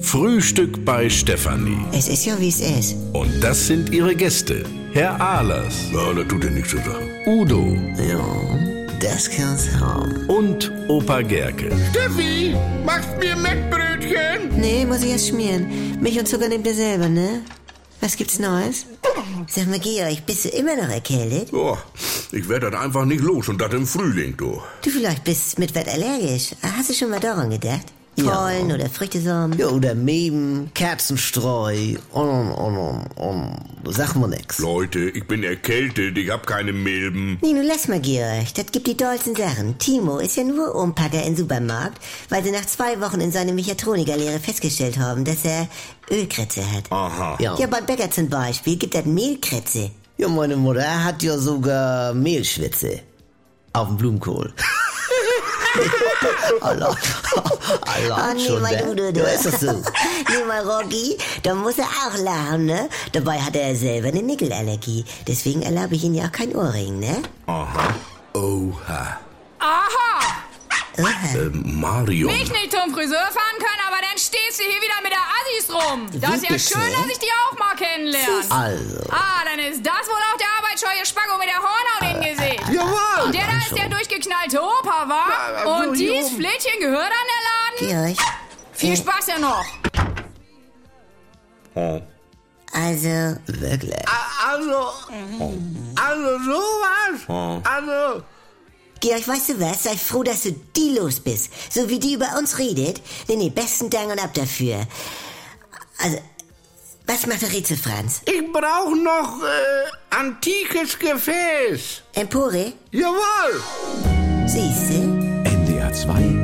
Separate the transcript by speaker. Speaker 1: Frühstück bei Stefanie.
Speaker 2: Es ist ja, wie es ist.
Speaker 1: Und das sind ihre Gäste. Herr Ahlers,
Speaker 3: Ja, da tut er nichts zu sagen.
Speaker 1: Udo
Speaker 2: Ja, das kann's haben.
Speaker 1: und Opa Gerke.
Speaker 4: Steffi, machst mir Mettbrötchen?
Speaker 2: Nee, muss ich erst schmieren. Milch und Zucker nehmt ihr selber, ne? Was gibt's Neues? Sag mal, Georg, bist du immer noch erkältet?
Speaker 3: Boah, ich werde das einfach nicht los und das im Frühling, du.
Speaker 2: Du vielleicht bist mit was allergisch. Hast du schon mal daran gedacht? Pollen oder Früchtesamen?
Speaker 5: Ja, oder Meben, Kerzenstreu, und, und, und, und, und. sag mal nix.
Speaker 3: Leute, ich bin erkältet, ich hab keine Milben.
Speaker 2: Nee, nun lass mal, Georg. Das gibt die dollsten Sachen. Timo ist ja nur Umpacker im Supermarkt, weil sie nach zwei Wochen in seiner Mechatronikerlehre festgestellt haben, dass er Ölkritze hat.
Speaker 3: Aha.
Speaker 5: Ja.
Speaker 2: Ah, Ja,
Speaker 5: ja.
Speaker 2: beim Bäcker zum Beispiel gibt das Mehlkritze.
Speaker 5: meine Mutter hat ja sogar Mehlschwitze. Auf dem Blumenkohl. Allah, Allah,
Speaker 2: Oh nee,
Speaker 5: schon,
Speaker 2: mein
Speaker 5: ne?
Speaker 2: Udo, du.
Speaker 5: Ja, ist das so?
Speaker 2: nee, mein Rocky, da muss er auch lachen, ne? Dabei hat er selber eine Nickelallergie. Deswegen erlaube ich ihm ja auch kein Ohrring, ne?
Speaker 3: Aha. Oha.
Speaker 6: Aha!
Speaker 3: Ähm, Marion.
Speaker 6: Ich nicht zum Friseur fahren können, aber dann stehst du hier wieder mit der Assis rum. Das ist ja
Speaker 5: Wirklich,
Speaker 6: schön,
Speaker 5: ne?
Speaker 6: dass ich die auch mal kennenlerne.
Speaker 5: Also,
Speaker 6: Ah, dann ist das wohl auch der arbeitsscheue Spacko mit der Hornhaut im Gesicht.
Speaker 5: Äh, Jawohl! Äh,
Speaker 6: Und der da ist der durchgeknallte Opa, wa? Und dies Flätchen gehört an der Laden.
Speaker 2: Georg,
Speaker 6: Viel Spaß ja noch.
Speaker 3: Oh.
Speaker 2: also,
Speaker 5: wirklich.
Speaker 4: Also, also sowas?
Speaker 3: Oh.
Speaker 4: Also,
Speaker 2: Georg, weißt du was? Sei froh, dass du die los bist. So wie die über uns redet. Nee, nee, besten Dank und ab dafür. Also, was macht der Rätsel, Franz?
Speaker 4: ich brauch noch äh, antikes Gefäß.
Speaker 2: Empore?
Speaker 4: Jawohl.
Speaker 2: Siehste?
Speaker 7: NDR 2